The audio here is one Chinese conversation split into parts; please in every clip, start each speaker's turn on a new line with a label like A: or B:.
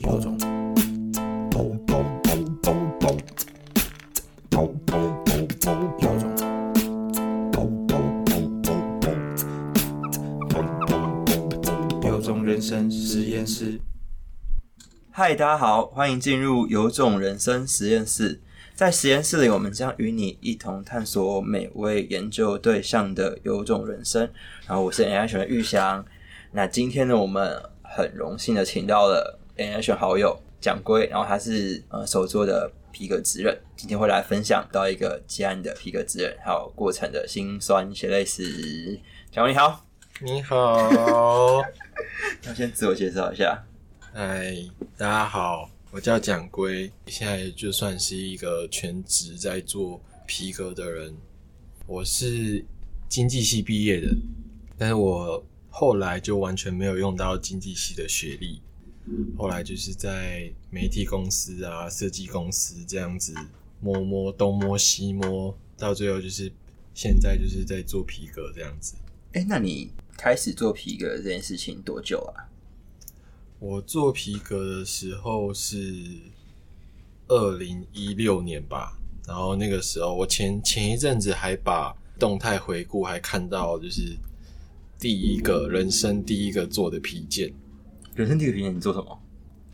A: 有种砰砰砰砰砰，砰砰砰砰，有种砰砰砰砰砰，砰砰砰砰，
B: 有种人生实验室。嗨，大家好，欢迎进入有种人生实验室。在实验室里，我们将与你一同探索每位研究对象的有种人生。然后，我是 AI 选的玉祥。那今天呢，我们很荣幸的请到了 AI 选好友蒋龟，然后他是呃手作的皮革职人，今天会来分享到一个接案的皮革职人还有过程的辛酸血泪史。蒋你好，
C: 你好，
B: 要先自我介绍一下。
C: 嗨，哎大家好，我叫蒋龟，现在就算是一个全职在做皮革的人。我是经济系毕业的，但是我后来就完全没有用到经济系的学历，后来就是在媒体公司啊、设计公司这样子摸摸东摸西摸，到最后就是现在就是在做皮革这样子。
B: 哎、那你开始做皮革这件事情多久啊？
C: 我做皮革的时候是二零一六年吧，然后那个时候我前前一阵子还把动态回顾还看到，就是第一个人生第一个做的皮件，
B: 人生第一个皮件你做什么？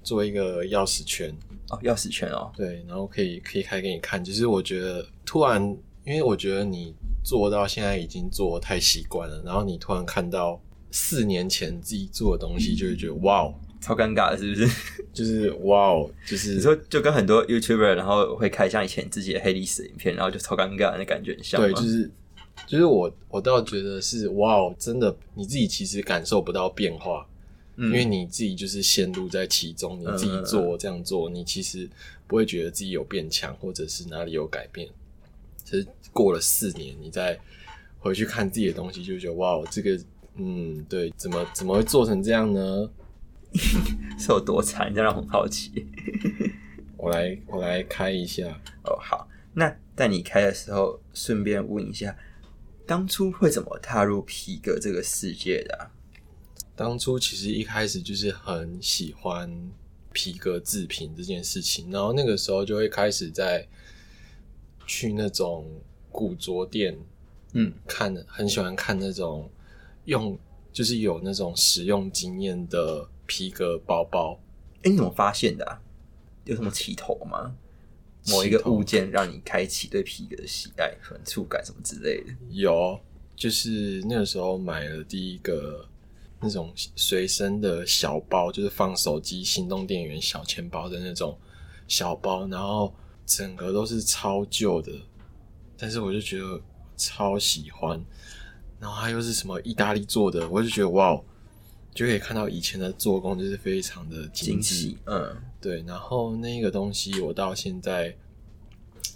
C: 做一个钥匙圈，
B: 哦，钥匙圈哦，
C: 对，然后可以可以开给你看，就是我觉得突然，因为我觉得你做到现在已经做得太习惯了，然后你突然看到四年前自己做的东西，就会觉得哇哦，
B: 超尴尬的，是不是？
C: 就是哇哦，就是
B: 你说就跟很多 YouTuber，然后会开像以前自己的黑历史影片，然后就超尴尬的感觉很像吗。
C: 对，就是就是我我倒觉得是哇哦，真的你自己其实感受不到变化，
B: 嗯
C: 因为你自己就是陷入在其中，你自己做这样做，你其实不会觉得自己有变强，或者是哪里有改变。其实过了四年，你再回去看自己的东西，就觉得哇哦，这个嗯，对，怎么怎么会做成这样呢？
B: 是有多惨，这让我很好奇。
C: 我来我来开一下，
B: 哦，好，那在你开的时候，顺便问一下，当初会怎么踏入皮革这个世界的、啊？
C: 当初其实一开始就是很喜欢皮革制品这件事情，然后那个时候就会开始在去那种古着店
B: 嗯，
C: 看，很喜欢看那种用就是有那种使用经验的皮革包包。
B: 哎、你怎么发现的、啊？有什么起头吗？某一
C: 起
B: 个
C: 头
B: 物件让你开启对皮革的喜爱，可能触感什么之类的。
C: 有，就是那个时候买了第一个那种随身的小包，就是放手机、行动电源、小钱包的那种小包，然后整个都是超旧的，但是我就觉得超喜欢。然后它又是什么意大利做的，我就觉得哇哦，就可以看到以前的做工就是非常的精
B: 惊
C: 致，
B: 喜，嗯，
C: 对，然后那个东西我到现在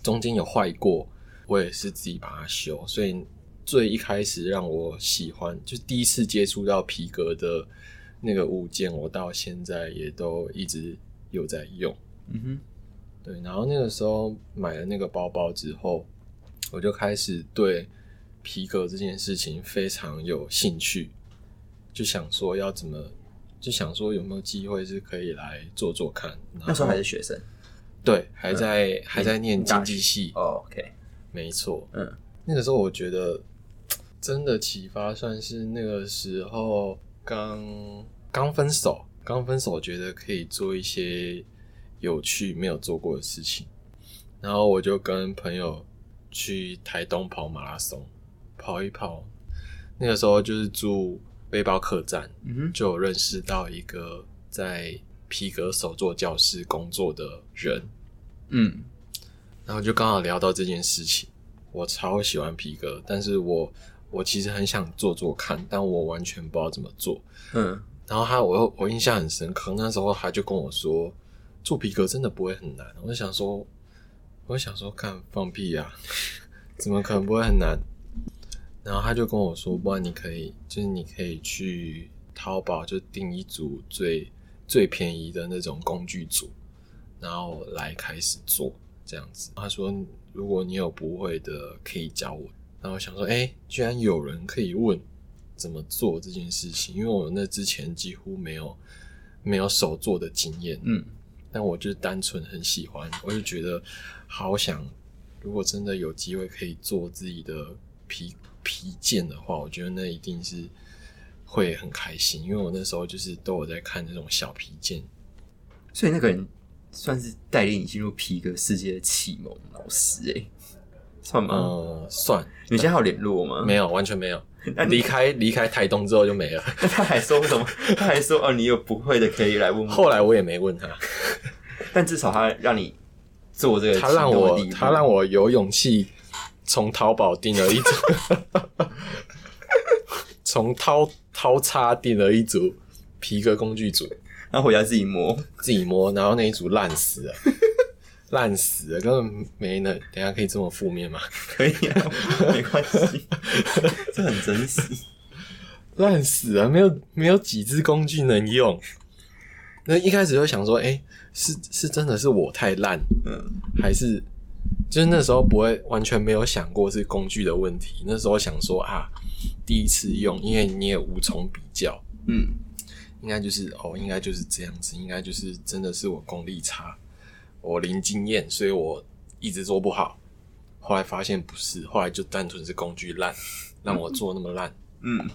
C: 中间有坏过，我也是自己把它修。所以最一开始让我喜欢，就第一次接触到皮革的那个物件，我到现在也都一直有在用。
B: 嗯哼，
C: 对，然后那个时候买了那个包包之后，我就开始对皮革这件事情非常有兴趣，就想说要怎么，就想说有没有机会是可以来做做看。然后
B: 那时候还是学生。
C: 对，还在、还在念经济系，
B: 哦，OK，
C: 没错。
B: 嗯，
C: 那个时候我觉得真的启发算是那个时候刚刚分手，刚分手，觉得可以做一些有趣没有做过的事情。然后我就跟朋友去台东跑马拉松，跑一跑。那个时候就是住背包客栈，
B: 嗯哼，
C: 就有认识到一个在皮革手作教室工作的人，
B: 嗯，
C: 然后就刚好聊到这件事情，我超喜欢皮革，但是我我其实很想做做看，但我完全不知道怎么做。
B: 嗯，
C: 然后他我我印象很深刻，那时候他就跟我说，做皮革真的不会很难。我就想说，我就想说，看放屁啊呀、怎么可能不会很难？然后他就跟我说，不然你可以，就是你可以去淘宝就订一组最最便宜的那种工具组，然后来开始做这样子。他说，如果你有不会的，可以教我。然后想说，哎、居然有人可以问怎么做这件事情，因为我那之前几乎没有没有手做的经验，
B: 嗯，
C: 但我就是单纯很喜欢，我就觉得好想，如果真的有机会可以做自己的皮皮件的话，我觉得那一定是会很开心，因为我那时候就是都有在看这种小皮件，
B: 所以那个人算是带领你进入皮革世界的启蒙老师、欸，算吗？
C: 嗯，算
B: 你们现在还有联络吗？
C: 没有，完全没有
B: 嗯那。你
C: 离开离开台东之后就没了。
B: 那他还说 什么？他还说哦，你有不会的可以来问我。
C: 后来我也没问他，
B: 但至少他让你做这个，
C: 他让我他让，我有勇气从淘宝订了一组， 从淘淘叉订了一组皮革工具组，
B: 然后回家自己磨。
C: 自己摸，然后那一组烂死了，烂死了，根本没能。等一下可以这么负面吗？
B: 可以 啊，没关系，这很真实。
C: 烂死了，没有没有几支工具能用。那一开始就想说，哎、是是真的是我太烂，
B: 嗯，
C: 还是就是那时候不会完全没有想过是工具的问题，那时候想说啊，第一次用，因为你也无从比较，
B: 嗯，
C: 应该就是哦，应该就是这样子，应该就是真的是我功力差，我零经验，所以我一直做不好。后来发现不是，后来就单纯是工具烂，让我做那么烂。
B: 嗯，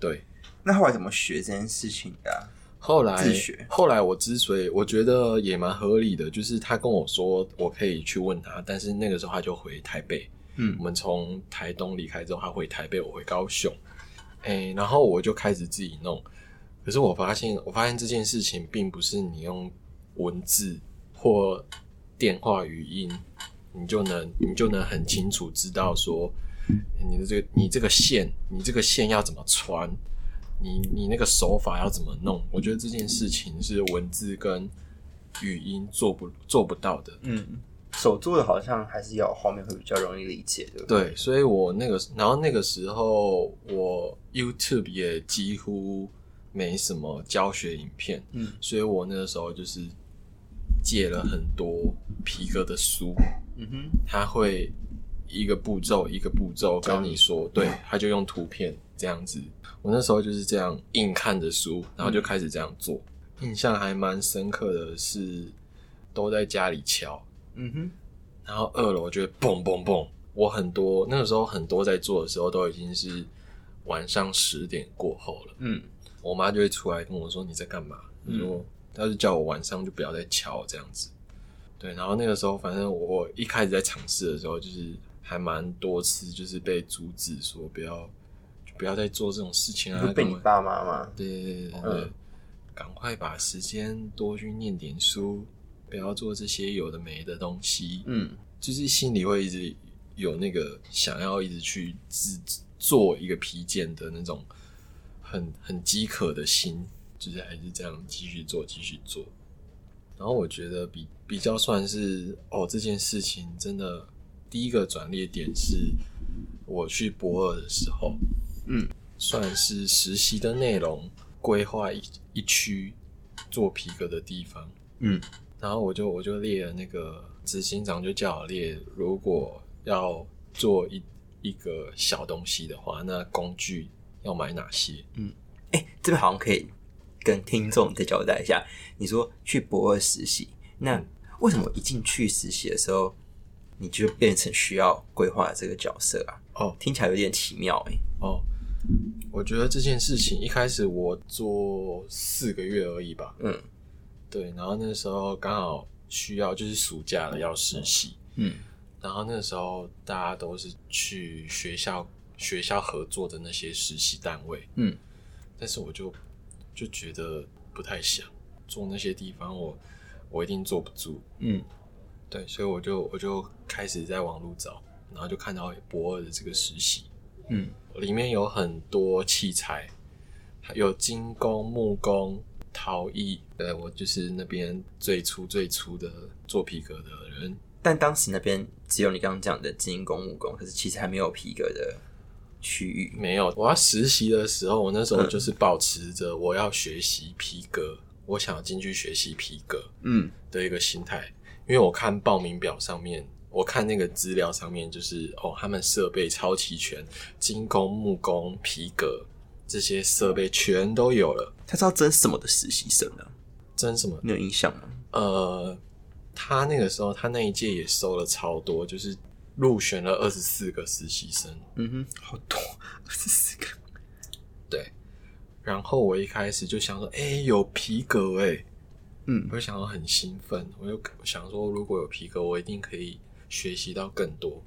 C: 对，
B: 那后来怎么学这件事情的啊、
C: 后来
B: 自学
C: 后来我之所以我觉得也蛮合理的，就是他跟我说我可以去问他，但是那个时候他就回台北，
B: 嗯
C: 我们从台东离开之后，他回台北，我回高雄，哎、然后我就开始自己弄。可是我发现，我发现这件事情并不是你用文字或电话语音，你就能你就能很清楚知道说你的这个你这个线，你这个线要怎么穿，你你那个手法要怎么弄。我觉得这件事情是文字跟语音做不做不到的。
B: 嗯，手做的好像还是要有画面会比较容易理解，对不对？
C: 对，所以我那个，然后那个时候我 YouTube 也几乎没什么教学影片，
B: 嗯，
C: 所以我那个时候就是借了很多皮革的书，
B: 嗯哼，
C: 他会一个步骤一个步骤跟你说，对，他就用图片这样子。我那时候就是这样硬看着书，然后就开始这样做。印象还蛮深刻的是，都在家里敲，
B: 嗯哼，
C: 然后二楼就会蹦蹦蹦。我很多那个时候很多在做的时候都已经是晚上十点过后了，
B: 嗯
C: 我妈就会出来跟我说你在干嘛？我
B: 嗯
C: 说，她就叫我晚上就不要再敲这样子。对，然后那个时候反正我一开始在尝试的时候，就是还蛮多次就是被阻止说不要就不要再做这种事情
B: 你
C: 啊
B: 会，被你
C: 干嘛
B: 爸妈吗？
C: 对对对对
B: 嗯
C: 对，赶快把时间多去念点书，不要做这些有的没的东西。
B: 嗯
C: 就是心里会一直有那个想要一直去制做一个皮件的那种很很饥渴的心，就是还是这样继续做继续做。然后我觉得比比较算是哦这件事情真的第一个转捩点是我去博尔的时候，
B: 嗯，
C: 算是实习的内容规划一一区做皮革的地方，
B: 嗯
C: 然后我就我就列了那个执行长就叫我列，如果要做一一个小东西的话，那工具要买哪些？
B: 哎、这边好像可以跟听众再交代一下，你说去博二实习，那为什么一进去实习的时候，你就变成需要规划这个角色啊？
C: 哦
B: 听起来有点奇妙哎、
C: 哦，我觉得这件事情一开始我做四个月而已吧，
B: 嗯
C: 对，然后那时候刚好需要就是暑假了要实习，
B: 嗯
C: 然后那时候大家都是去学校学校合作的那些实习单位，
B: 嗯，
C: 但是我就就觉得不太想做那些地方我，我一定坐不住。
B: 嗯
C: 对，所以我就我就开始在网络找，然后就看到博二的这个实习，
B: 嗯
C: 里面有很多器材，还有精工、木工、陶艺。对，我就是那边最初最初的做皮革的人。
B: 但当时那边只有你刚刚讲的精英工、木工，可是其实还没有皮革的区域。
C: 没有，我要实习的时候，我那时候就是保持着我要学习皮革，我想要进去学习皮革。
B: 嗯
C: 的一个心态，因为我看报名表上面，我看那个资料上面就是哦，他们设备超齐全，精工、木工、皮革这些设备全都有了。
B: 他知道争什么的实习生啊？
C: 真什么？
B: 你有印象吗？
C: 呃，他那个时候他那一届也收了超多，就是入选了二十四个实习生。
B: 嗯哼，好多， 二十四个。
C: 对，然后我一开始就想说，哎、有皮革哎、
B: 嗯
C: 我就想到很兴奋，我就我想说，如果有皮革，我一定可以学习到更多。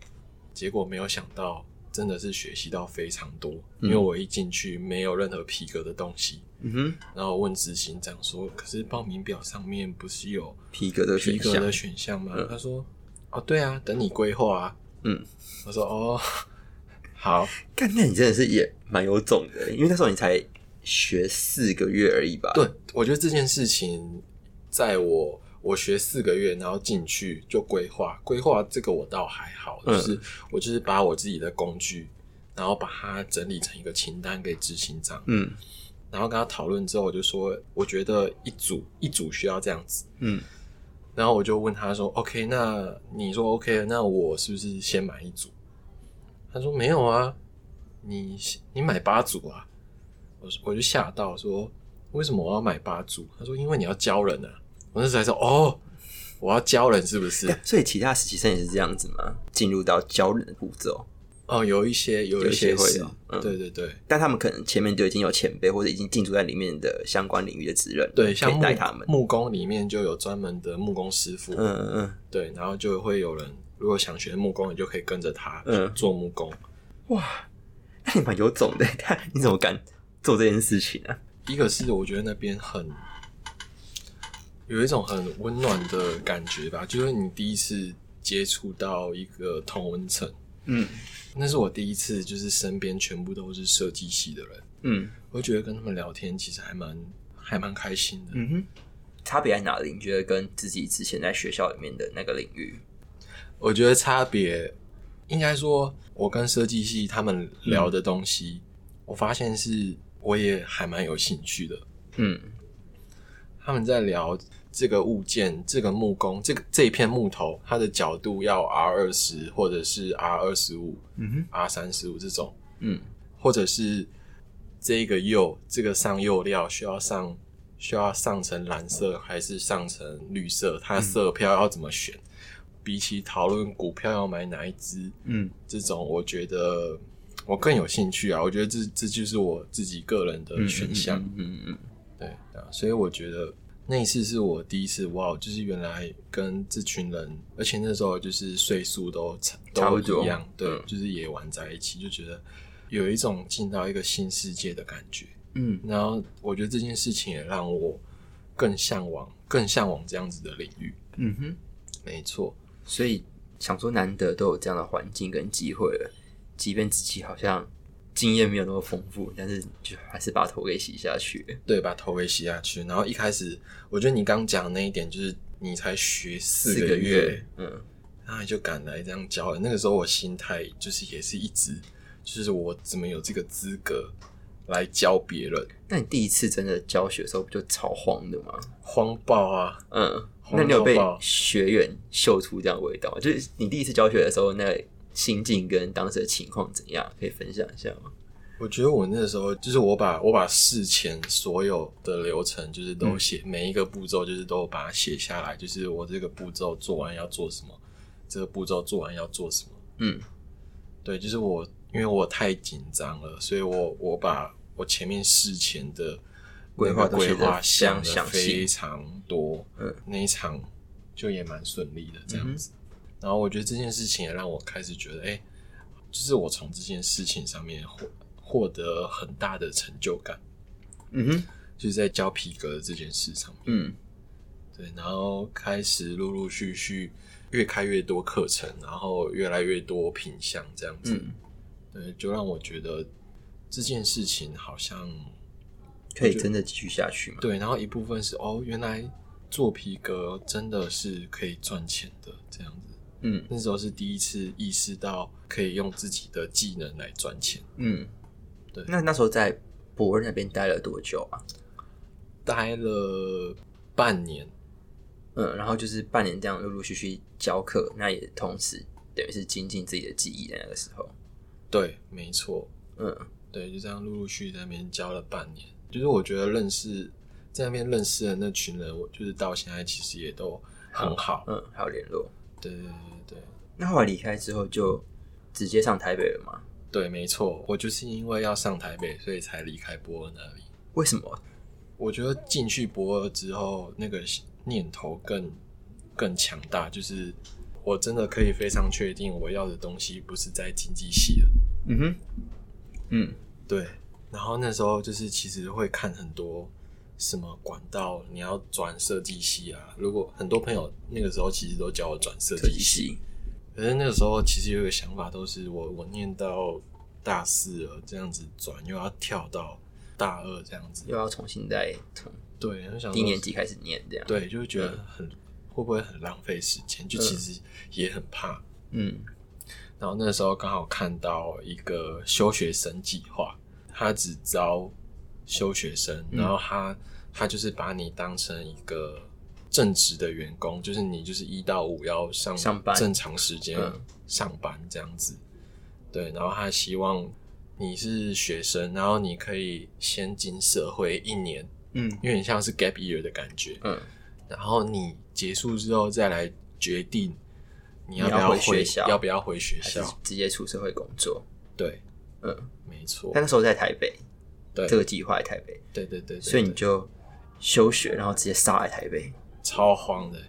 C: 结果没有想到，真的是学习到非常多，因为我一进去没有任何皮革的东西，
B: 嗯哼，
C: 然后问执行长说：“可是报名表上面不是有
B: 皮革的选
C: 皮革
B: 项
C: 的。选项吗？”他说：“哦，对啊，等你规划啊。
B: 嗯，”
C: 我说：“哦， 好，
B: 干，那你真的是也蛮有种的，因为那时候你才学四个月而已吧？
C: 对，我觉得这件事情，在我我学四个月，然后进去就规划，规划这个我倒还好，
B: 嗯
C: 就是、我就是把我自己的工具，然后把它整理成一个清单给执行长，
B: 嗯
C: 然后跟他讨论之后，我就说，我觉得一组一组需要这样子，
B: 嗯
C: 然后我就问他说：“OK，那你说 OK 了，那我是不是先买一组？”他说：“没有啊，你你买八组啊。”我说我就吓到说：“为什么我要买八组？”他说：“因为你要教人啊。”我那时候还说：“哦，我要教人是不是
B: 干所以其他实习生也是这样子吗？进入到教人的步骤，？”
C: 哦，有一些有一些
B: 有一些会
C: 是
B: 有，嗯
C: 对对对
B: 但他们可能前面就已经有前辈或者已经进驻在里面的相关领域的职人，
C: 对，
B: 可
C: 像
B: 以
C: 木
B: 带他们。
C: 木工里面就有专门的木工师傅，
B: 嗯嗯
C: 对，然后就会有人如果想学木工，你就可以跟着他
B: 嗯
C: 做木工。
B: 嗯，那你蛮有种的，但你怎么敢做这件事情啊？
C: 一个是我觉得那边很有一种很温暖的感觉吧，就是你第一次接触到一个同温层，
B: 嗯
C: 那是我第一次，就是身边全部都是设计系的人，
B: 嗯
C: 我觉得跟他们聊天其实还蛮还蛮开心的。
B: 嗯哼，差别在哪里？你觉得跟自己之前在学校里面的那个领域？
C: 我觉得差别应该说，我跟设计系他们聊的东西，我发现是我也还蛮有兴趣的，
B: 嗯
C: 他们在聊这个物件、这个木工、这个这一片木头，它的角度要 R 二十或者是 R 二十五、
B: 嗯哼
C: R 三十五这种，
B: 嗯
C: 或者是这个釉、这个上釉料需要上需要上成蓝色还是上成绿色，它的色票要怎么选？比起讨论股票要买哪一只
B: 嗯
C: 这种，我觉得我更有兴趣啊！我觉得这这就是我自己个人的选项。
B: 嗯嗯
C: 对啊，所以我觉得那一次是我第一次哇，就是原来跟这群人，而且那时候就是岁数都差
B: 差不
C: 都
B: 多
C: 一样，对，
B: 嗯
C: 就是也玩在一起，就觉得有一种进到一个新世界的感觉。
B: 嗯
C: 然后我觉得这件事情也让我更向往，更向往这样子的领域。
B: 嗯哼。
C: 没错，
B: 所以想说，难得都有这样的环境跟机会了，即便自己好像经验没有那么丰富，但是就还是把头给洗下去。
C: 对，把头给洗下去。然后一开始，我觉得你刚讲的那一点就是你才学四个月，，
B: 嗯
C: 然后你就敢来这样教了。那个时候我心态就是也是一直，就是我怎么有这个资格来教别人，
B: 那你第一次真的教学的时候，不就超慌的吗？
C: 慌爆啊！
B: 嗯，
C: 慌
B: 那你有被
C: 到爆
B: 学员秀出这样的味道吗？就是你第一次教学的时候，那个心境跟当时的情况怎样？可以分享一下吗？
C: 我觉得我那时候就是我把我把事前所有的流程就是都写、每一个步骤就是都把它写下来，就是我这个步骤做完要做什么，这个步骤做完要做什么。
B: 嗯
C: 对，就是我因为我太紧张了，所以我我把我前面事前的
B: 规划
C: 那个
B: 都写
C: 规
B: 得非
C: 划
B: 常
C: 想的
B: 详细
C: 非常多，
B: 嗯，
C: 那一场就也蛮顺利的这样子。然后我觉得这件事情也让我开始觉得，哎、就是我从这件事情上面获获得很大的成就感，
B: 嗯哼
C: 就是在教皮革的这件事上面。
B: 嗯
C: 对，然后开始陆陆续续越开越多课程，然后越来越多品相这样子。
B: 嗯，
C: 对，就让我觉得这件事情好像
B: 可以真的继续下去吗？
C: 对，然后一部分是哦，原来做皮革真的是可以赚钱的这样子。
B: 嗯
C: 那时候是第一次意识到可以用自己的技能来赚钱。
B: 嗯，
C: 对
B: 那那时候在博尔那边待了多久啊？
C: 待了半年，
B: 嗯，然后就是半年这样陆陆续续教课，那也同时等于是精进自己的技艺的那个时候，
C: 对，没错，
B: 嗯，
C: 对，就这样陆陆续续在那边教了半年。就是我觉得认识在那边认识的那群人，我就是到现在其实也都很好。
B: 嗯，还有联络。
C: 对对对对对
B: 那后来离开之后就直接上台北了吗？
C: 对，没错，我就是因为要上台北，所以才离开博尔那里。
B: 为什么？
C: 我觉得进去博尔之后，那个念头更更强大，就是我真的可以非常确定，我要的东西不是在经济系了。
B: 嗯哼，嗯
C: 对，然后那时候就是其实会看很多什么管道，你要转设计系啊。如果很多朋友那个时候其实都叫我转设计系，可是那个时候其实有一个想法，都是我我念到大四了这样子转，又要跳到大二这样子，
B: 又要重新再从
C: 对，然后想说
B: 低年级开嗯始念这样。，
C: 对，就会觉得很会不会很浪费时间，就其实也很怕。
B: 嗯
C: 然后那时候刚好看到一个休学生计划，他只招休学生，
B: 嗯
C: 然后他他就是把你当成一个正职的员工，就是你就是一到五要上
B: 上班
C: 正常时间
B: 嗯
C: 上班这样子。对，然后他希望你是学生，然后你可以先进社会一年，
B: 嗯
C: 有点像是 gap year 的感觉。
B: 嗯，
C: 然后你结束之后再来决定你要不
B: 你要
C: 要
B: 回学校
C: 要不要回学
B: 还是
C: 校。
B: 直接出社会工作。
C: 对，
B: 嗯，
C: 没错
B: 他。那时候在台北，
C: 对，
B: 这
C: 对
B: 个计划在台北，
C: 对对对，
B: 所以你
C: 对
B: 就休学，然后直接杀来台北。
C: 超慌的，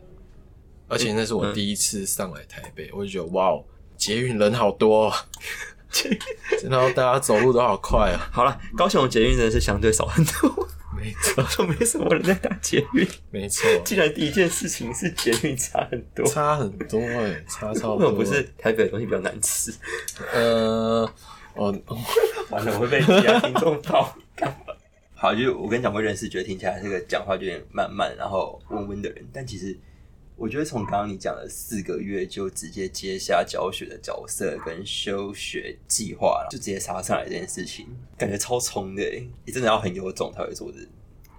C: 而且那是
B: 嗯
C: 我第一次上来台北，我就觉得哇哦，捷运人好多、哦， 然后大家走路都好快啊。
B: 好了，高雄捷运真的是相对少很多，
C: 没错，
B: 高雄没什么人在搭捷运，
C: 没错，
B: 竟然第一件事情是捷运差很多。
C: 差很多哎，差超
B: 为什
C: 多
B: 么
C: 的。
B: 不是台北的东西比较难吃？
C: 呃，哦，
B: 完了，我会被其他听众爆。好，就是我跟蒋慧认识，觉得听起来这个讲话就有点慢慢，然后温温的人，但其实我觉得从刚刚你讲的四个月就直接接下教学的角色跟休学计划，就直接杀上来这件事情，感觉超冲的欸，你真的要很有种才会做的，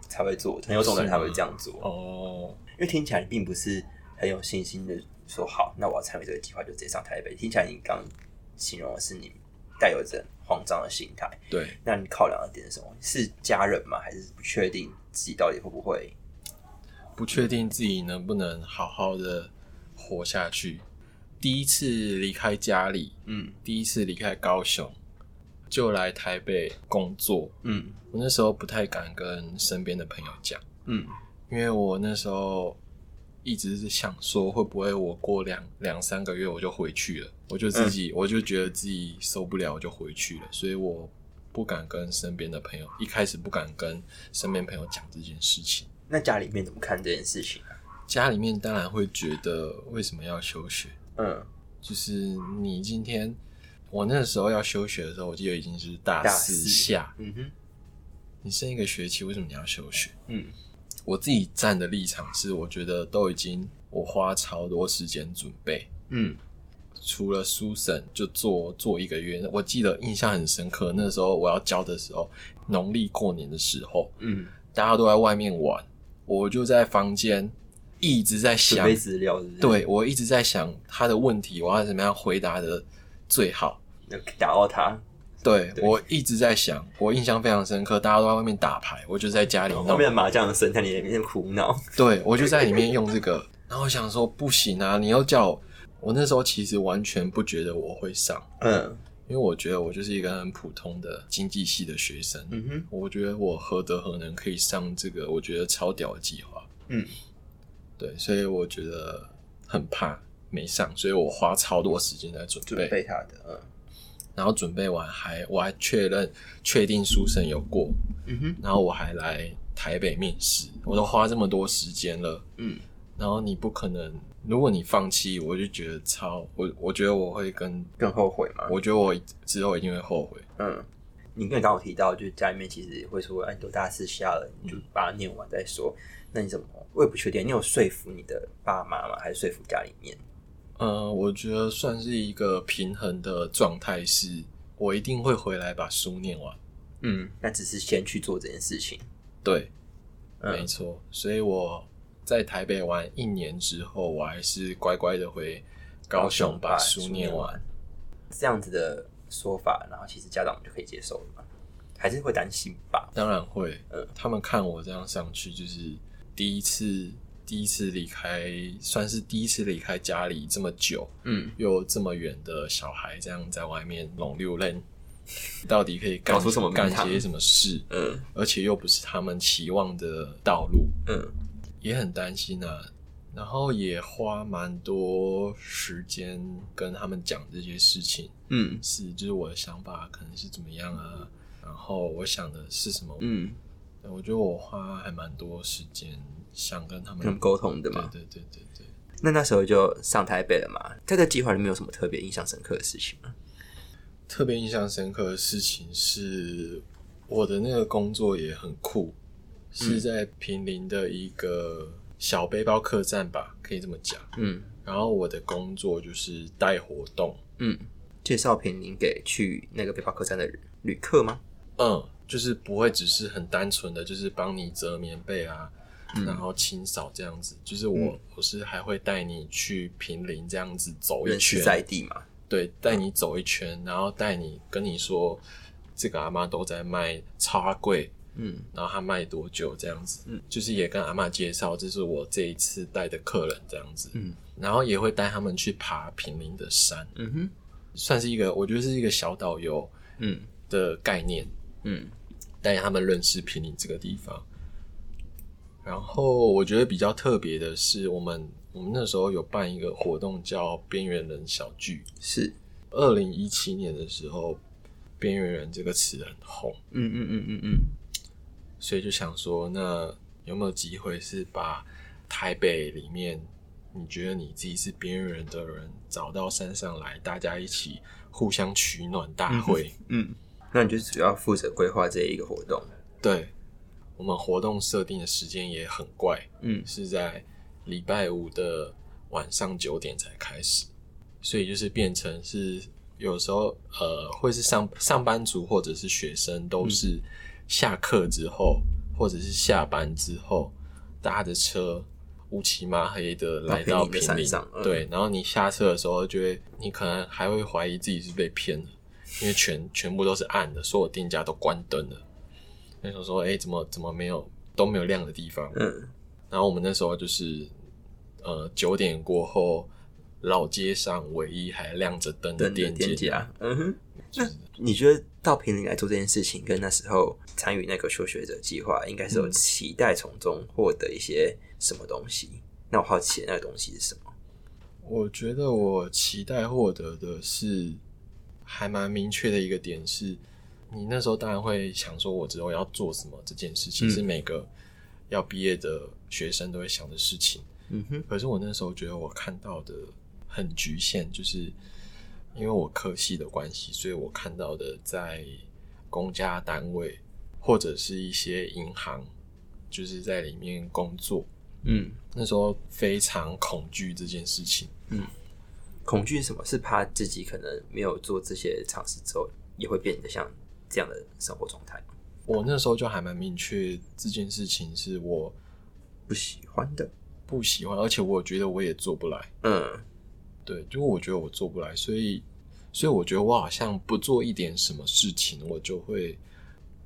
B: 才会做，很有种的人才会这样做，
C: 哦，
B: 因为听起来你并不是很有信心的说好，那我要参与这个计划就直接上台北。听起来你刚形容的是你带有着慌张的心态。
C: 对，
B: 那你考量的点是什么？是家人吗？还是不确定自己到底会不会？
C: 不确定自己能不能好好的活下去。第一次离开家里，
B: 嗯
C: 第一次离开高雄，就来台北工作。
B: 嗯
C: 我那时候不太敢跟身边的朋友讲，
B: 嗯
C: 因为我那时候一直是想说，会不会我过两两三个月我就回去了，我就自己、我就觉得自己受不了，我就回去了，所以我不敢跟身边的朋友，一开始不敢跟身边朋友讲这件事情。
B: 那家里面怎么看这件事情啊？
C: 家里面当然会觉得为什么要休学？
B: 嗯，
C: 就是你今天，我那时候要休学的时候，我记得已经是大
B: 大
C: 四
B: 四
C: 下，
B: 嗯哼，
C: 你剩一个学期，为什么你要休学？
B: 嗯
C: 我自己站的立场是，我觉得都已经我花超多时间准备，
B: 嗯
C: 除了书审就做做一个月。我记得印象很深刻，那时候我要交的时候，农历过年的时候，
B: 嗯，
C: 大家都在外面玩，我就在房间一直在
B: 准
C: 想
B: 备资料是不是？，
C: 对我一直在想他的问题，我要怎么样回答的最好。
B: 那打到他，
C: 对
B: 对
C: 我一直在想，我印象非常深刻，大家都在外面打牌，我就在家里
B: 哦后
C: 弄
B: 面，的麻将的声在你里面苦恼。
C: 对我就在里面用这个。 然后我想说不行啊，你要叫我，我那时候其实完全不觉得我会上，
B: 嗯
C: 因为我觉得我就是一个很普通的经济系的学生，
B: 嗯哼
C: 我觉得我何德何能可以上这个我觉得超屌的计划，
B: 嗯
C: 对，所以我觉得很怕没上，所以我花超多时间在
B: 准备他的，
C: 然后准备完还我还确认确定书审有过，
B: 嗯嗯哼
C: 然后我还来台北面试，我都花这么多时间了，
B: 嗯
C: 然后你不可能，如果你放弃，我就觉得超我我觉得我会跟，
B: 更后悔吗？
C: 我觉得我之后一定会后悔，
B: 嗯，你跟你刚好提到，就是家里面其实会说，哎，你都大四下了，你就把它念完再说。那你怎么？我也不确定，你有说服你的爸妈吗？还是说服家里面？
C: 呃，我觉得算是一个平衡的状态，是我一定会回来把书念完，
B: 嗯，那只是先去做这件事情。
C: 对，
B: 嗯
C: 没错，所以我在台北玩一年之后，我还是乖乖的回高雄把书念完。
B: 这样子的说法，然后其实家长就可以接受了嘛，还是会担心吧？
C: 当然会，呃
B: 嗯
C: 他们看我这样上去，就是第一次，第一次离开，算是第一次离开家里这么久，
B: 嗯，
C: 又这么远的小孩，这样在外面拢六人，到底可以干
B: 搞出什么名
C: 干
B: 堂
C: 些什么事？
B: 嗯
C: 而且又不是他们期望的道路，
B: 嗯
C: 也很担心啊。然后也花蛮多时间跟他们讲这些事情，
B: 嗯
C: 是就是我的想法可能是怎么样啊，然后我想的是什么，
B: 嗯，
C: 我觉得我花还蛮多时间想跟他
B: 跟他
C: 们
B: 们沟通的
C: 对
B: 嘛。
C: 对对对对，
B: 那那时候就上台北了嘛。在这计划里面有什么特别印象深刻的事情吗？
C: 特别印象深刻的事情是，我的那个工作也很酷，
B: 嗯
C: 是在平林的一个小背包客栈吧，可以这么讲。
B: 嗯
C: 然后我的工作就是带活动，
B: 嗯，介绍平林给去那个背包客栈的旅客吗？
C: 嗯，就是不会只是很单纯的，就是帮你折棉被啊，
B: 嗯
C: 然后清扫这样子。就是我、
B: 嗯
C: 我是还会带你去平林这样子走一
B: 人
C: 圈
B: 是，在地嘛。
C: 对，带你走一圈，然后带你跟你说这个阿妈都在卖超贵，
B: 嗯
C: 然后他卖多久这样子，
B: 嗯
C: 就是也跟阿嬷介绍，这是我这一次带的客人这样子，
B: 嗯
C: 然后也会带他们去爬平林的山，
B: 嗯哼
C: 算是一个我觉得是一个小导游
B: 嗯
C: 的概念，
B: 嗯
C: 带他们认识平林这个地方。然后我觉得比较特别的是，我们我们那时候有办一个活动叫“边缘人小聚
B: 是”，
C: 二零一七年的时候，“边缘人”这个词很红，
B: 嗯嗯嗯嗯嗯
C: 所以就想说，那有没有机会是把台北里面你觉得你自己是边缘人的人找到山上来，大家一起互相取暖大会？
B: 嗯，那你就主要负责规划这一个活动。
C: 对，我们活动设定的时间也很怪，
B: 嗯
C: 是在礼拜五的晚上九点才开始，所以就是变成是有时候呃会是上上班族或者是学生都是下课之后、或者是下班之后搭着车。乌漆麻黑的来到
B: 到平林
C: 平
B: 的山
C: 林
B: 上，嗯
C: 对，然后你下车的时候就会，你可能还会怀疑自己是被骗了，因为全全部都是暗的，所有店家都关灯了。那时候说，哎、怎么怎么没有都没有亮的地方？
B: 嗯
C: 然后我们那时候就是，呃，九点过后，老街上唯一还亮着灯的
B: 等
C: 店
B: 店
C: 家，
B: 家。嗯哼，
C: 就是
B: 你觉得到平林来做这件事情，跟那时候参与那个求学者计划，应该是有
C: 嗯
B: 期待从中获得一些什么东西？那我好奇那个东西是什么？
C: 我觉得我期待获得的是，还蛮明确的一个点是，你那时候当然会想说，我之后要做什么这件事情，
B: 嗯
C: 是每个要毕业的学生都会想的事情。
B: 嗯哼，
C: 可是我那时候觉得我看到的很局限，就是因为我科系的关系，所以我看到的在公家单位或者是一些银行，就是在里面工作。
B: 嗯，
C: 那时候非常恐惧这件事情，
B: 恐惧是什么？是怕自己可能没有做这些尝试之后，也会变得像这样的生活状态吗，
C: 我那时候就还蛮明确这件事情是我
B: 不喜欢的。
C: 不喜欢，而且我觉得我也做不来。
B: 嗯
C: 对，就我觉得我做不来，所以，所以我觉得我好像不做一点什么事情，我就会，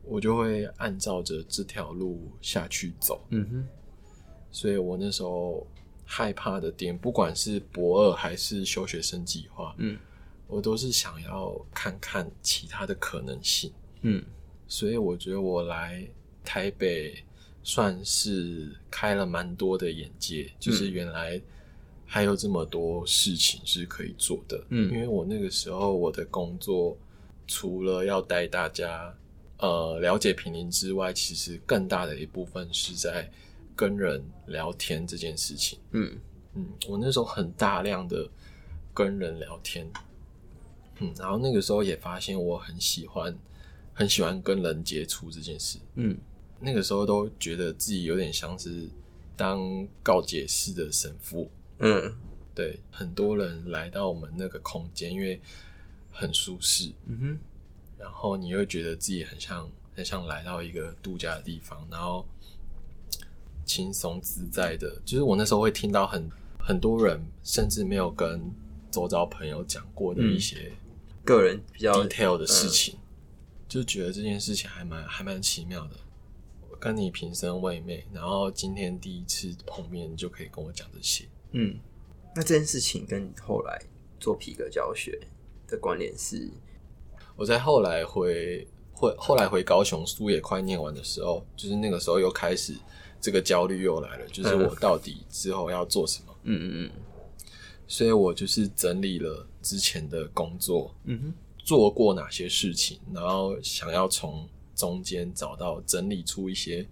C: 我就会按照着这条路下去走。
B: 嗯哼，
C: 所以我那时候害怕的点，不管是博二还是休学生计划，
B: 嗯
C: 我都是想要看看其他的可能性。
B: 嗯
C: 所以我觉得我来台北算是开了蛮多的眼界，
B: 嗯
C: 就是原来还有这么多事情是可以做的。
B: 嗯
C: 因为我那个时候我的工作除了要带大家呃了解平林之外，其实更大的一部分是在跟人聊天这件事情。
B: 嗯
C: 嗯，我那时候很大量的跟人聊天，嗯，然后那个时候也发现我很喜欢，很喜欢跟人接触这件事。
B: 嗯
C: 那个时候都觉得自己有点像是当告解式的神父，
B: 嗯
C: 对，很多人来到我们那个空间，因为很舒适，
B: 嗯哼，
C: 然后你会觉得自己很像很像来到一个度假的地方，然后轻松自在的。就是我那时候会听到很很多人甚至没有跟周遭朋友讲过的一些
B: 个人比较
C: detail 的事情，就觉得这件事情还蛮还蛮奇妙的。我跟你平生未昧，然后今天第一次碰面你就可以跟我讲这些。
B: 嗯，那这件事情跟你后来做皮革教学的关联是，
C: 我在后来回回后来回高雄，书也快念完的时候，就是那个时候又开始这个焦虑又来了，就是我到底之后要做什么？
B: 嗯嗯
C: 所以我就是整理了之前的工作，
B: 嗯嗯
C: 做过哪些事情，然后想要从中间找到整理出一些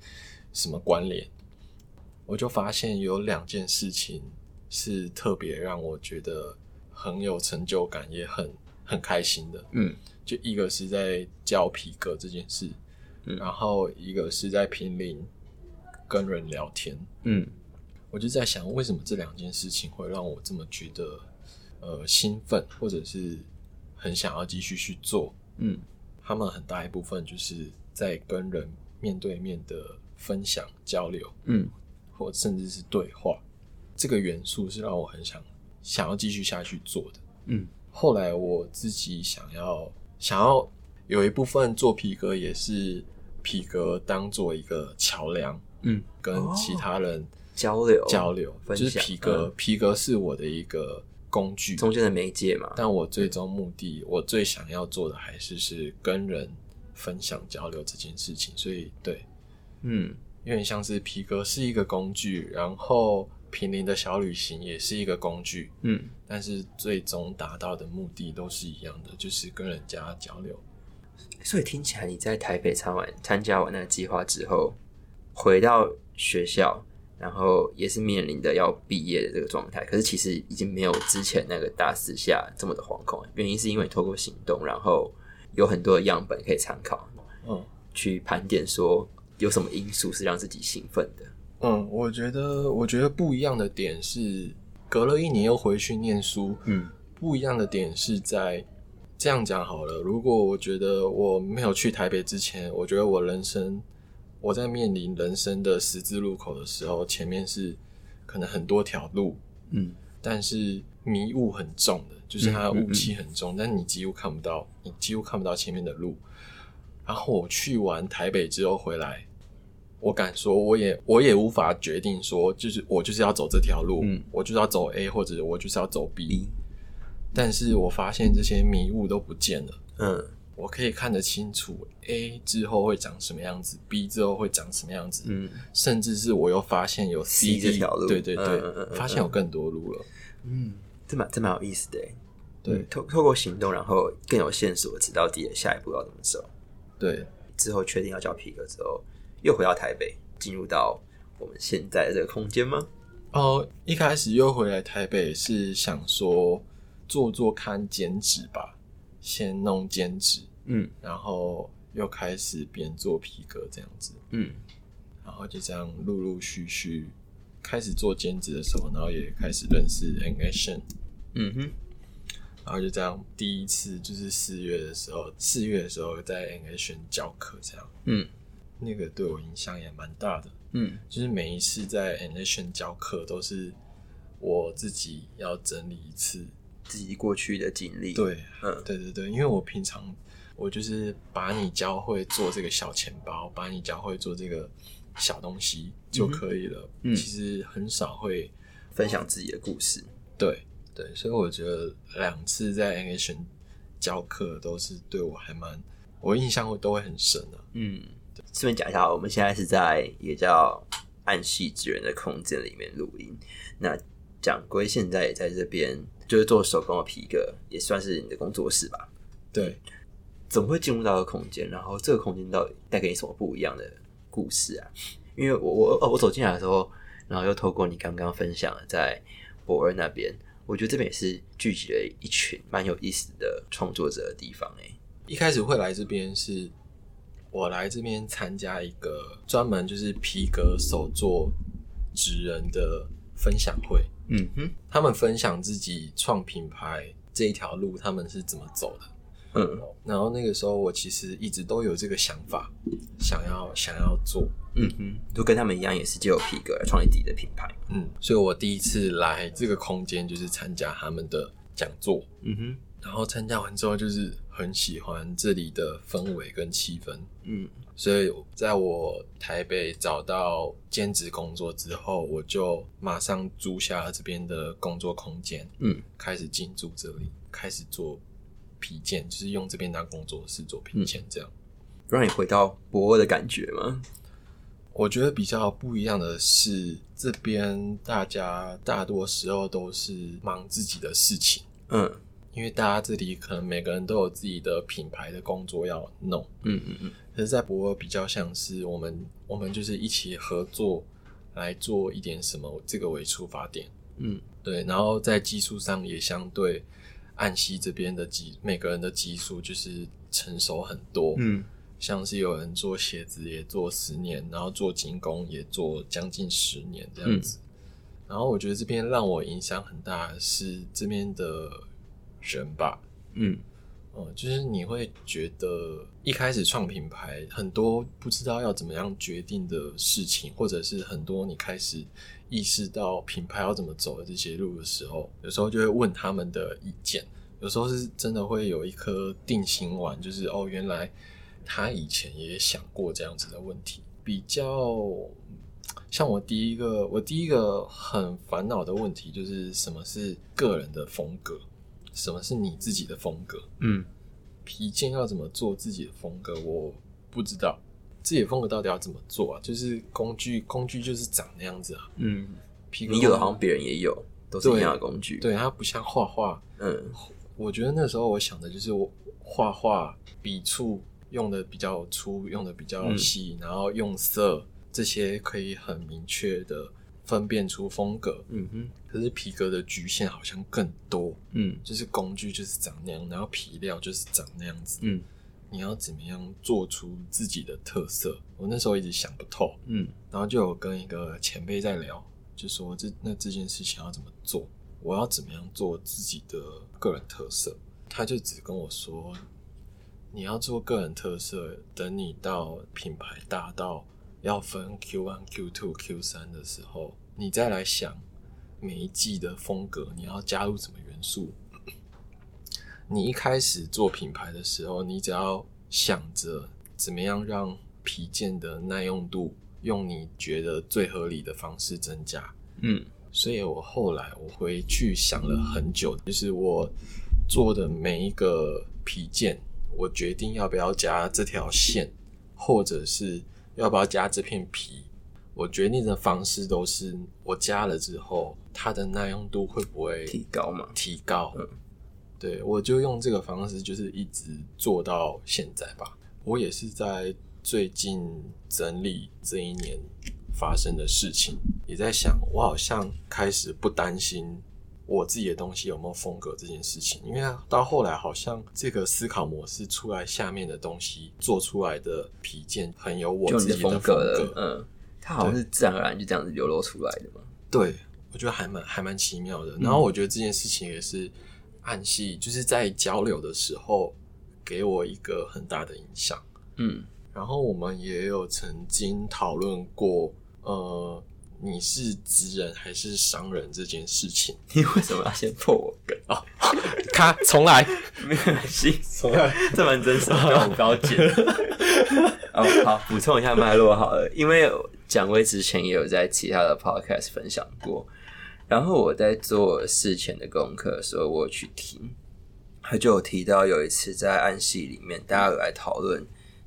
C: 什么关联。我就发现有两件事情是特别让我觉得很有成就感，也很很开心的。
B: 嗯
C: 就一个是在教皮革这件事，
B: 嗯
C: 然后一个是在平林跟人聊天。
B: 嗯
C: 我就在想，为什么这两件事情会让我这么觉得呃兴奋，或者是很想要继续去做？
B: 嗯
C: 他们很大一部分就是在跟人面对面的分享交流，
B: 嗯
C: 或甚至是对话，这个元素是让我很想想要继续下去做的。
B: 嗯
C: 后来我自己想要想要有一部分做皮革，也是皮革当做一个桥梁，
B: 嗯，
C: 跟其他人
B: 交流
C: 交流，
B: 分
C: 就是
B: 享
C: 皮革，
B: 嗯
C: 皮革是我的一个工具，
B: 中间的媒介嘛，
C: 但我最终目的，我最想要做的还是是跟人分享交流这件事情，所以对，
B: 嗯
C: 有点像是皮革是一个工具，然后平林的小旅行也是一个工具，
B: 嗯
C: 但是最终达到的目的都是一样的，就是跟人家交流。
B: 所以听起来你在台北参完参加完那个计划之后，回到学校，然后也是面临的要毕业的这个状态，可是其实已经没有之前那个大四下这么的惶恐，原因是因为你透过行动，然后有很多的样本可以参考，
C: 嗯
B: 去盘点说有什么因素是让自己兴奋的。
C: 嗯，我觉得我觉得不一样的点是，隔了一年又回去念书，
B: 嗯
C: 不一样的点是在这样讲好了。如果我觉得我没有去台北之前，我觉得我人生我在面临人生的十字路口的时候，前面是可能很多条路，
B: 嗯
C: 但是迷雾很重的，就是它的雾气很重，但你几乎看不到，你几乎看不到前面的路。然后我去完台北之后回来，我敢说，我也我也无法决定说，就是我就是要走这条路，
B: 嗯
C: 我就是要走 A，或者我就是要走 B
B: B。
C: 但是我发现这些迷雾都不见了，
B: 嗯
C: 我可以看得清楚 A 之后会长什么样子，B 之后会长什么样子，
B: 嗯
C: 甚至是我又发现有
B: C
C: C
B: 这条路
C: 对对对，
B: 嗯嗯嗯嗯
C: 发现有更多路了。
B: 嗯，这蛮这蛮有意思的耶。
C: 对、
B: 嗯透透过行动，然后更有线索，知道自己的下一步要怎么走。
C: 对，
B: 之后确定要教皮革之后，又回到台北，进入到我们现在的这个空间吗？
C: 哦，一开始又回来台北是想说做做看兼职吧，先弄兼职，
B: 嗯
C: 然后又开始边做皮革这样子，
B: 嗯
C: 然后就这样陆陆续续开始做兼职的时候，然后也开始认识 N Action，
B: 嗯哼，
C: 然后就这样第一次就是四月的时候，四月的时候在 N Action 教课这样，
B: 嗯
C: 那个对我影响也蛮大的。
B: 嗯
C: 就是每一次在 a n a t i o n 教课都是我自己要整理一次。
B: 自己过去的经历，，
C: 对，
B: 嗯
C: 对对对，因为我平常我就是把你教会做这个小钱包，把你教会做这个小东西就可以了。
B: 嗯
C: 其实很少会
B: 分享自己的故事。
C: 对对，所以我觉得两次在 a n a t i o n 教课都是对我还蛮我印象会都会很深啊的、
B: 嗯，顺便讲一下，我们现在是在一个叫暗系之源的空间里面录音。那蒋龟现在也在这边，就是做手工的皮革，也算是你的工作室吧？
C: 对，
B: 怎么会进入到这个空间？然后这个空间到底带给你什么不一样的故事啊？因为我我哦，我走进来的时候，然后又透过你刚刚分享的在博尔那边，我觉得这边也是聚集了一群蛮有意思的创作者的地方哎、
C: 一开始会来这边是，我来这边参加一个专门就是皮革手作职人的分享会，
B: 嗯哼，
C: 他们分享自己创品牌这一条路他们是怎么走的，
B: 嗯
C: 然后那个时候我其实一直都有这个想法，想要想要做，
B: 嗯哼，就跟他们一样，也是借由皮革来创立自己的品牌。
C: 嗯，所以我第一次来这个空间就是参加他们的讲座，
B: 嗯哼，
C: 然后参加完之后就是很喜欢这里的氛围跟气氛，
B: 嗯
C: 所以在我台北找到兼职工作之后，我就马上租下了这边的工作空间，
B: 嗯
C: 开始进驻这里，开始做皮件，就是用这边当工作室做皮件这样。
B: 让你回到博尔的感觉吗？
C: 我觉得比较不一样的是，这边大家大多时候都是忙自己的事情，
B: 嗯
C: 因为大家这里可能每个人都有自己的品牌的工作要弄。
B: 嗯嗯嗯
C: 可是，在博尔比较像是我们，我们就是一起合作来做一点什么，这个为出发点。
B: 嗯
C: 对，然后在技术上也相对岸西这边的技，每个人的技术就是成熟很多。，
B: 嗯
C: 像是有人做鞋子也做十年，然后做精工也做将近十年这样子。然后我觉得这边让我影响很大的是这边的人吧，
B: 嗯
C: 嗯，就是你会觉得一开始创品牌很多不知道要怎么样决定的事情，或者是很多你开始意识到品牌要怎么走的这些路的时候，有时候就会问他们的意见，有时候是真的会有一颗定心丸，就是哦，原来他以前也想过这样子的问题。比较像我第一个，我第一个很烦恼的问题就是什么是个人的风格，什么是你自己的风格。
B: 嗯
C: 皮件要怎么做自己的风格，我不知道自己的风格到底要怎么做啊？就是工具，工具就是长那样子啊。
B: 嗯，
C: 皮革
B: 你有的好像别人也有，都是一样的工具。，
C: 对它不像画画，
B: 嗯
C: 我觉得那时候我想的就是我画画笔触用的比较粗，用的比
B: 嗯
C: 较细，然后用色这些可以很明确的分辨出风格。
B: 嗯哼
C: 可是皮革的局限好像更多，
B: 嗯
C: 就是工具就是长那样，然后皮料就是长那样子。
B: 嗯
C: 你要怎么样做出自己的特色？我那时候一直想不透，
B: 嗯
C: 然后就有跟一个前辈在聊，就说这那这件事情要怎么做，我要怎么样做自己的个人特色。他就只跟我说，你要做个人特色，等你到品牌大到要分 Q one、Q two、Q 三的时候，你再来想每一季的风格，你要加入什么元素。你一开始做品牌的时候，你只要想着怎么样让皮件的耐用度用你觉得最合理的方式增加，
B: 嗯
C: 所以我后来我回去想了很久，就是我做的每一个皮件，我决定要不要加这条线，或者是要不要加这片皮。我决定的方式都是我加了之后，它的耐用度会不会
B: 提高嘛
C: 提高？
B: 嗯
C: 对我就用这个方式，就是一直做到现在吧。我也是在最近整理这一年发生的事情，也在想，我好像开始不担心我自己的东西有没有风格这件事情，因为到后来好像这个思考模式出来，下面的东西做出来的皮件很有我
B: 就
C: 自
B: 你的
C: 己的
B: 风
C: 风
B: 格了。嗯，它好像是自然而然就这样子流露出来的嘛。
C: 对，我觉得还蛮还蛮奇妙的。然后我觉得这件事情也是暗系，就是在交流的时候给我一个很大的影响。
B: 嗯
C: 然后我们也有曾经讨论过，呃，你是职人还是商人这件事情。
B: 你为什么要先破我梗？
C: 咔，重来，
B: 没有关系，
C: 重来。
B: 这蛮真实的，让我不要剪。哦，好，补充一下脉络好了，因为蒋威之前也有在其他的 podcast 分享过，然后我在做事前的功课的时候，我有去听，他就有提到有一次在暗系里面，大家有来讨论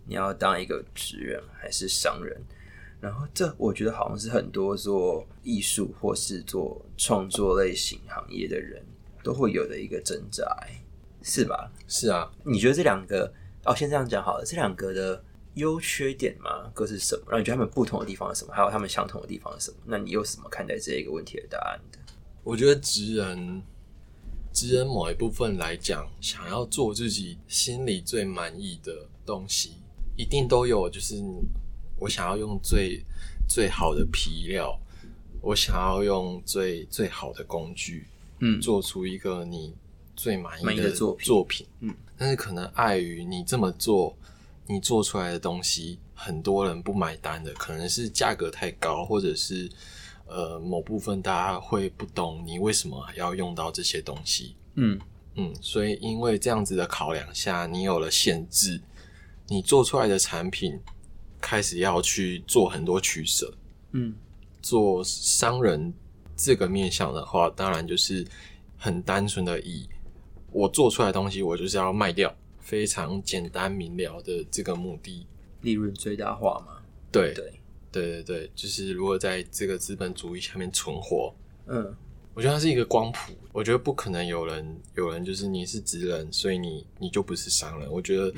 B: 你要当一个职人还是商人，然后这我觉得好像是很多做艺术或是做创作类型行业的人都会有的一个挣扎、欸是吧？
C: 是啊，
B: 你觉得这两个哦，先这样讲好了，这两个的优缺点嘛，各是什么？然后你觉得他们不同的地方是什么？还有他们相同的地方是什么？那你又是怎么看待这一个问题的答案的？
C: 我觉得职人，职人某一部分来讲，想要做自己心里最满意的东西，一定都有。就是我想要用最最好的皮料，我想要用最最好的工具，
B: 嗯
C: 做出一个你最满
B: 满
C: 意
B: 意
C: 的
B: 的作品
C: 作品，
B: 嗯，
C: 但是可能碍于你这么做，你做出来的东西，很多人不买单的，可能是价格太高，或者是呃某部分大家会不懂你为什么要用到这些东西，
B: 嗯，
C: 嗯，所以因为这样子的考量下，你有了限制，你做出来的产品开始要去做很多取舍。
B: 嗯，
C: 做商人这个面向的话，当然就是很单纯的以我做出来的东西，我就是要卖掉，非常简单明了的这个目的。
B: 利润最大化嘛，
C: 对
B: 对，
C: 对对对，就是如果在这个资本主义下面存活，
B: 嗯
C: 我觉得它是一个光谱，我觉得不可能有人有人就是你是职人，所以你你就不是商人。我觉得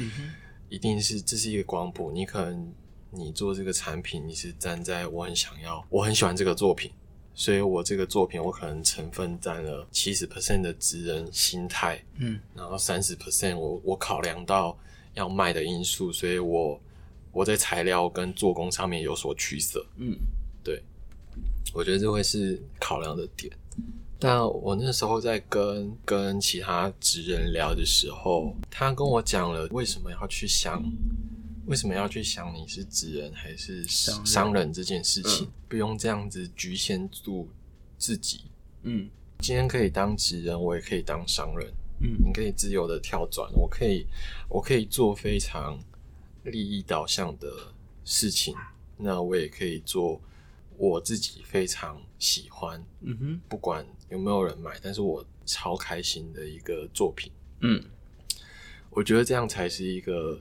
C: 一定是这是一个光谱，你可能你做这个产品，你是站在我很想要，我很喜欢这个作品，所以我这个作品我可能成分占了七十 percent 的职人心态，
B: 嗯，
C: 然后三十 percent 我我考量到要卖的因素，所以我我在材料跟做工上面有所取舍。
B: 嗯，
C: 对，我觉得这会是考量的点。但我那时候在跟跟其他职人聊的时候，他跟我讲了为什么要去想，为什么要去想你是职人还是
B: 商人
C: 商人这件事情，不用这样子局限住自己。
B: 嗯
C: 今天可以当职人，我也可以当商人。
B: 嗯
C: 你可以自由的跳转，我可以，我可以做非常利益导向的事情，那我也可以做我自己非常喜欢，
B: 嗯哼，
C: 不管有没有人买，但是我超开心的一个作品。
B: 嗯
C: 我觉得这样才是一个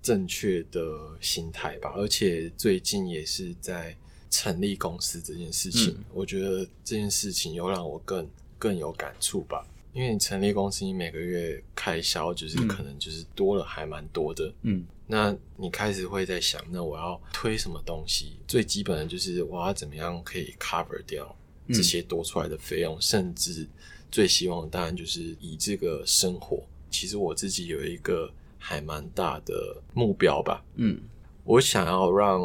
C: 正确的心态吧。而且最近也是在成立公司这件事情，
B: 嗯
C: 我觉得这件事情又让我更更有感触吧。因为你成立公司，你每个月开销就是
B: 嗯
C: 可能就是多了还蛮多的，
B: 嗯
C: 那你开始会在想，那我要推什么东西？最基本的就是我要怎么样可以 cover 掉这些多出来的费用，甚至最希望的当然就是以这个生活。其实我自己有一个还蛮大的目标吧，
B: 嗯
C: 我想要让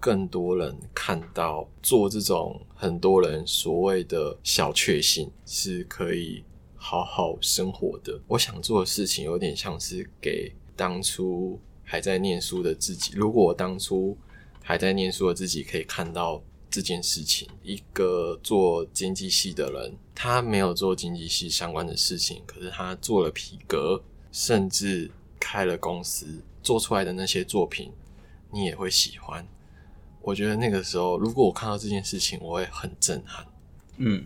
C: 更多人看到，做这种很多人所谓的小确幸是可以好好生活的。我想做的事情有点像是给当初还在念书的自己，如果我当初还在念书的自己可以看到这件事情，一个做经济系的人，他没有做经济系相关的事情，可是他做了皮革，甚至开了公司，做出来的那些作品，你也会喜欢。我觉得那个时候，如果我看到这件事情，我会很震撼。
B: 嗯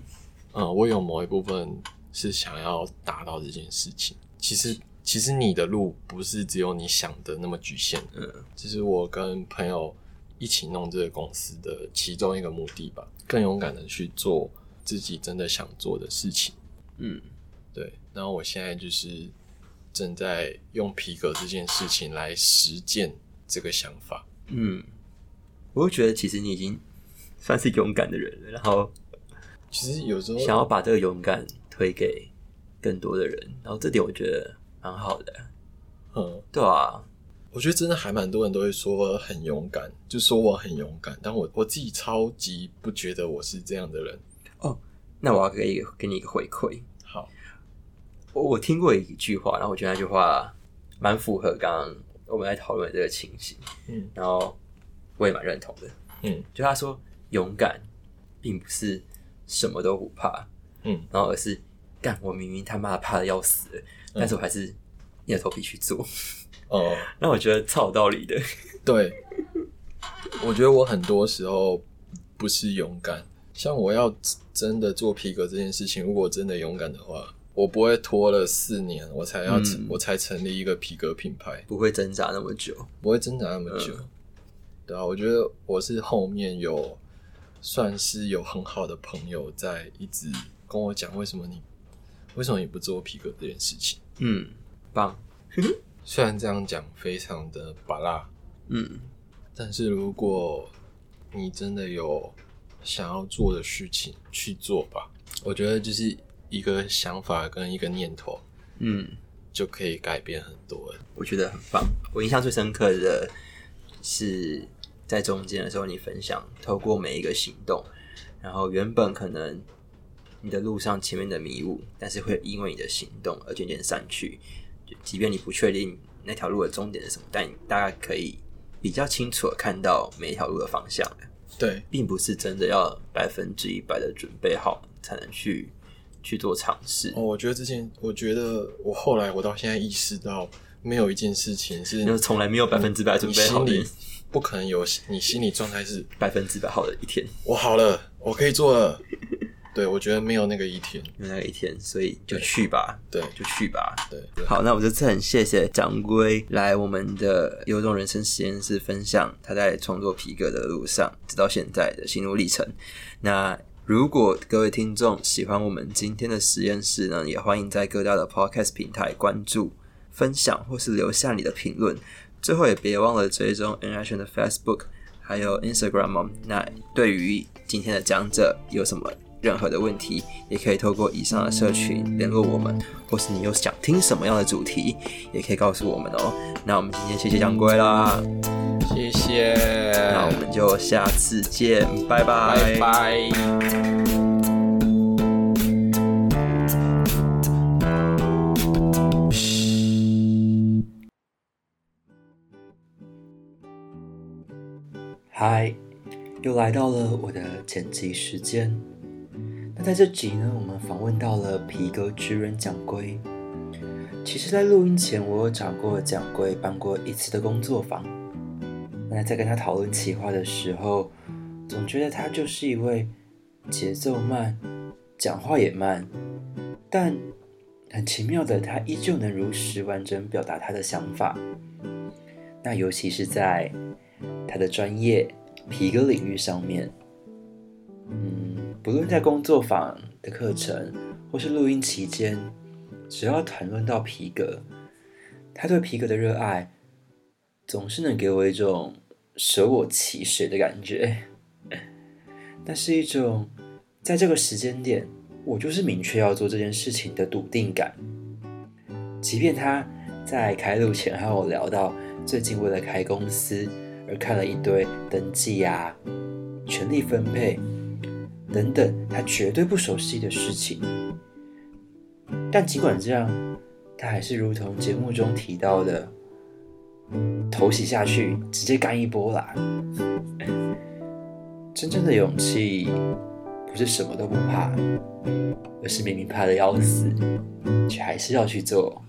C: 嗯，我有某一部分是想要达到这件事情。其实，其实你的路不是只有你想的那么局限。
B: 嗯，
C: 这是我跟朋友一起弄这个公司的其中一个目的吧，更勇敢的去做自己真的想做的事情。
B: 嗯
C: 对，然后我现在就是正在用皮革这件事情来实践这个想法。
B: 嗯，我会觉得其实你已经 算是勇敢的人了，然后
C: 其实有时候
B: 想要把这个勇敢推给更多的人，然后这点我觉得蛮好的。
C: 嗯，
B: 对啊，
C: 我觉得真的还蛮多人都会说很勇敢，就说我很勇敢，但我我自己超级不觉得我是这样的人。
B: 那我要给一个给你一个回馈。
C: 好，
B: 我我听过一句话，然后我觉得那句话蛮符合刚刚我们在讨论的这个情形，
C: 嗯
B: 然后我也蛮认同的。
C: 嗯
B: 就他说，勇敢并不是什么都不怕，
C: 嗯，
B: 然后而是干我明明他妈怕的要死了，
C: 嗯
B: 但是我还是硬着头皮去做。
C: 哦、
B: 那我觉得超有道理的。
C: 对，我觉得我很多时候不是勇敢，像我要真的做皮革这件事情，如果我真的勇敢的话，我不会拖了四年，我才要成、
B: 嗯
C: 我才成立一个皮革品牌，
B: 不会挣扎那么久。
C: 不会挣扎那么久。对啊，我觉得我是后面有算是有很好的朋友在一直跟我讲，为什么你为什么你不做皮革这件事情？
B: 嗯，棒。
C: 虽然这样讲非常的拔辣，
B: 嗯
C: 但是如果你真的有想要做的事情，去做吧。我觉得就是一个想法跟一个念头
B: 嗯，
C: 就可以改变很多了。
B: 我觉得很棒。我印象最深刻的是在中间的时候，你分享透过每一个行动，然后原本可能你的路上前面的迷雾，但是会因为你的行动而渐渐散去。就即便你不确定那条路的终点是什么，但你大概可以比较清楚的看到每一条路的方向了
C: 对，
B: 并不是真的要百分之一百的准备好才能去去做尝试。
C: 哦，我觉得之前，我觉得我后来我到现在意识到，没有一件事情是
B: 你就从来没有百分之百准
C: 你
B: 备好
C: 心
B: 的
C: 里不可能有你心理状态是
B: 百分之百好的一天，
C: 我好了，我可以做了。对，我觉得没有那个一天。
B: 有那个一天，所以就去吧，
C: 对
B: 就去吧。
C: 对，
B: 好，那我这次很谢谢掌柜来我们的有种人生实验室分享他在创作皮革的路上，直到现在的心路历程。那如果各位听众喜欢我们今天的实验室呢，也欢迎在各大的 podcast 平台关注、分享或是留下你的评论。最后也别忘了追踪 N Action 的 Facebook 还有 Instagram 哦。那对于今天的讲者有什么任何的问题，也可以透过以上的社群联络我们，或是你有想听什么样的主题，也可以告诉我们哦。那我们今天谢谢掌柜啦，
C: 嗯谢谢，
B: 那我们就下次见，拜
C: 拜拜。
D: 嗨，又来到了我的剪辑时间。那在这集呢，我们访问到了皮革职人蒋龟。其实，在录音前，我有找过蒋龟办过一次的工作坊。那在跟他讨论企划的时候，总觉得他就是一位节奏慢、讲话也慢，但很奇妙的，他依旧能如实完整表达他的想法。那尤其是在他的专业皮革领域上面，嗯，不论在工作坊的课程或是录音期间，只要谈论到皮革，他对皮革的热爱总是能给我一种舍我其谁的感觉。 那是一种在这个时间点，我就是明确要做这件事情的笃定感。即便他在开录前和我聊到最近为了开公司而看了一堆登记啊、权力分配等等他绝对不熟悉的事情，但尽管这样，他还是如同节目中提到的，头洗下去直接干一波啦。真正的勇气不是什么都不怕，而是明明怕的要死，却还是要去做。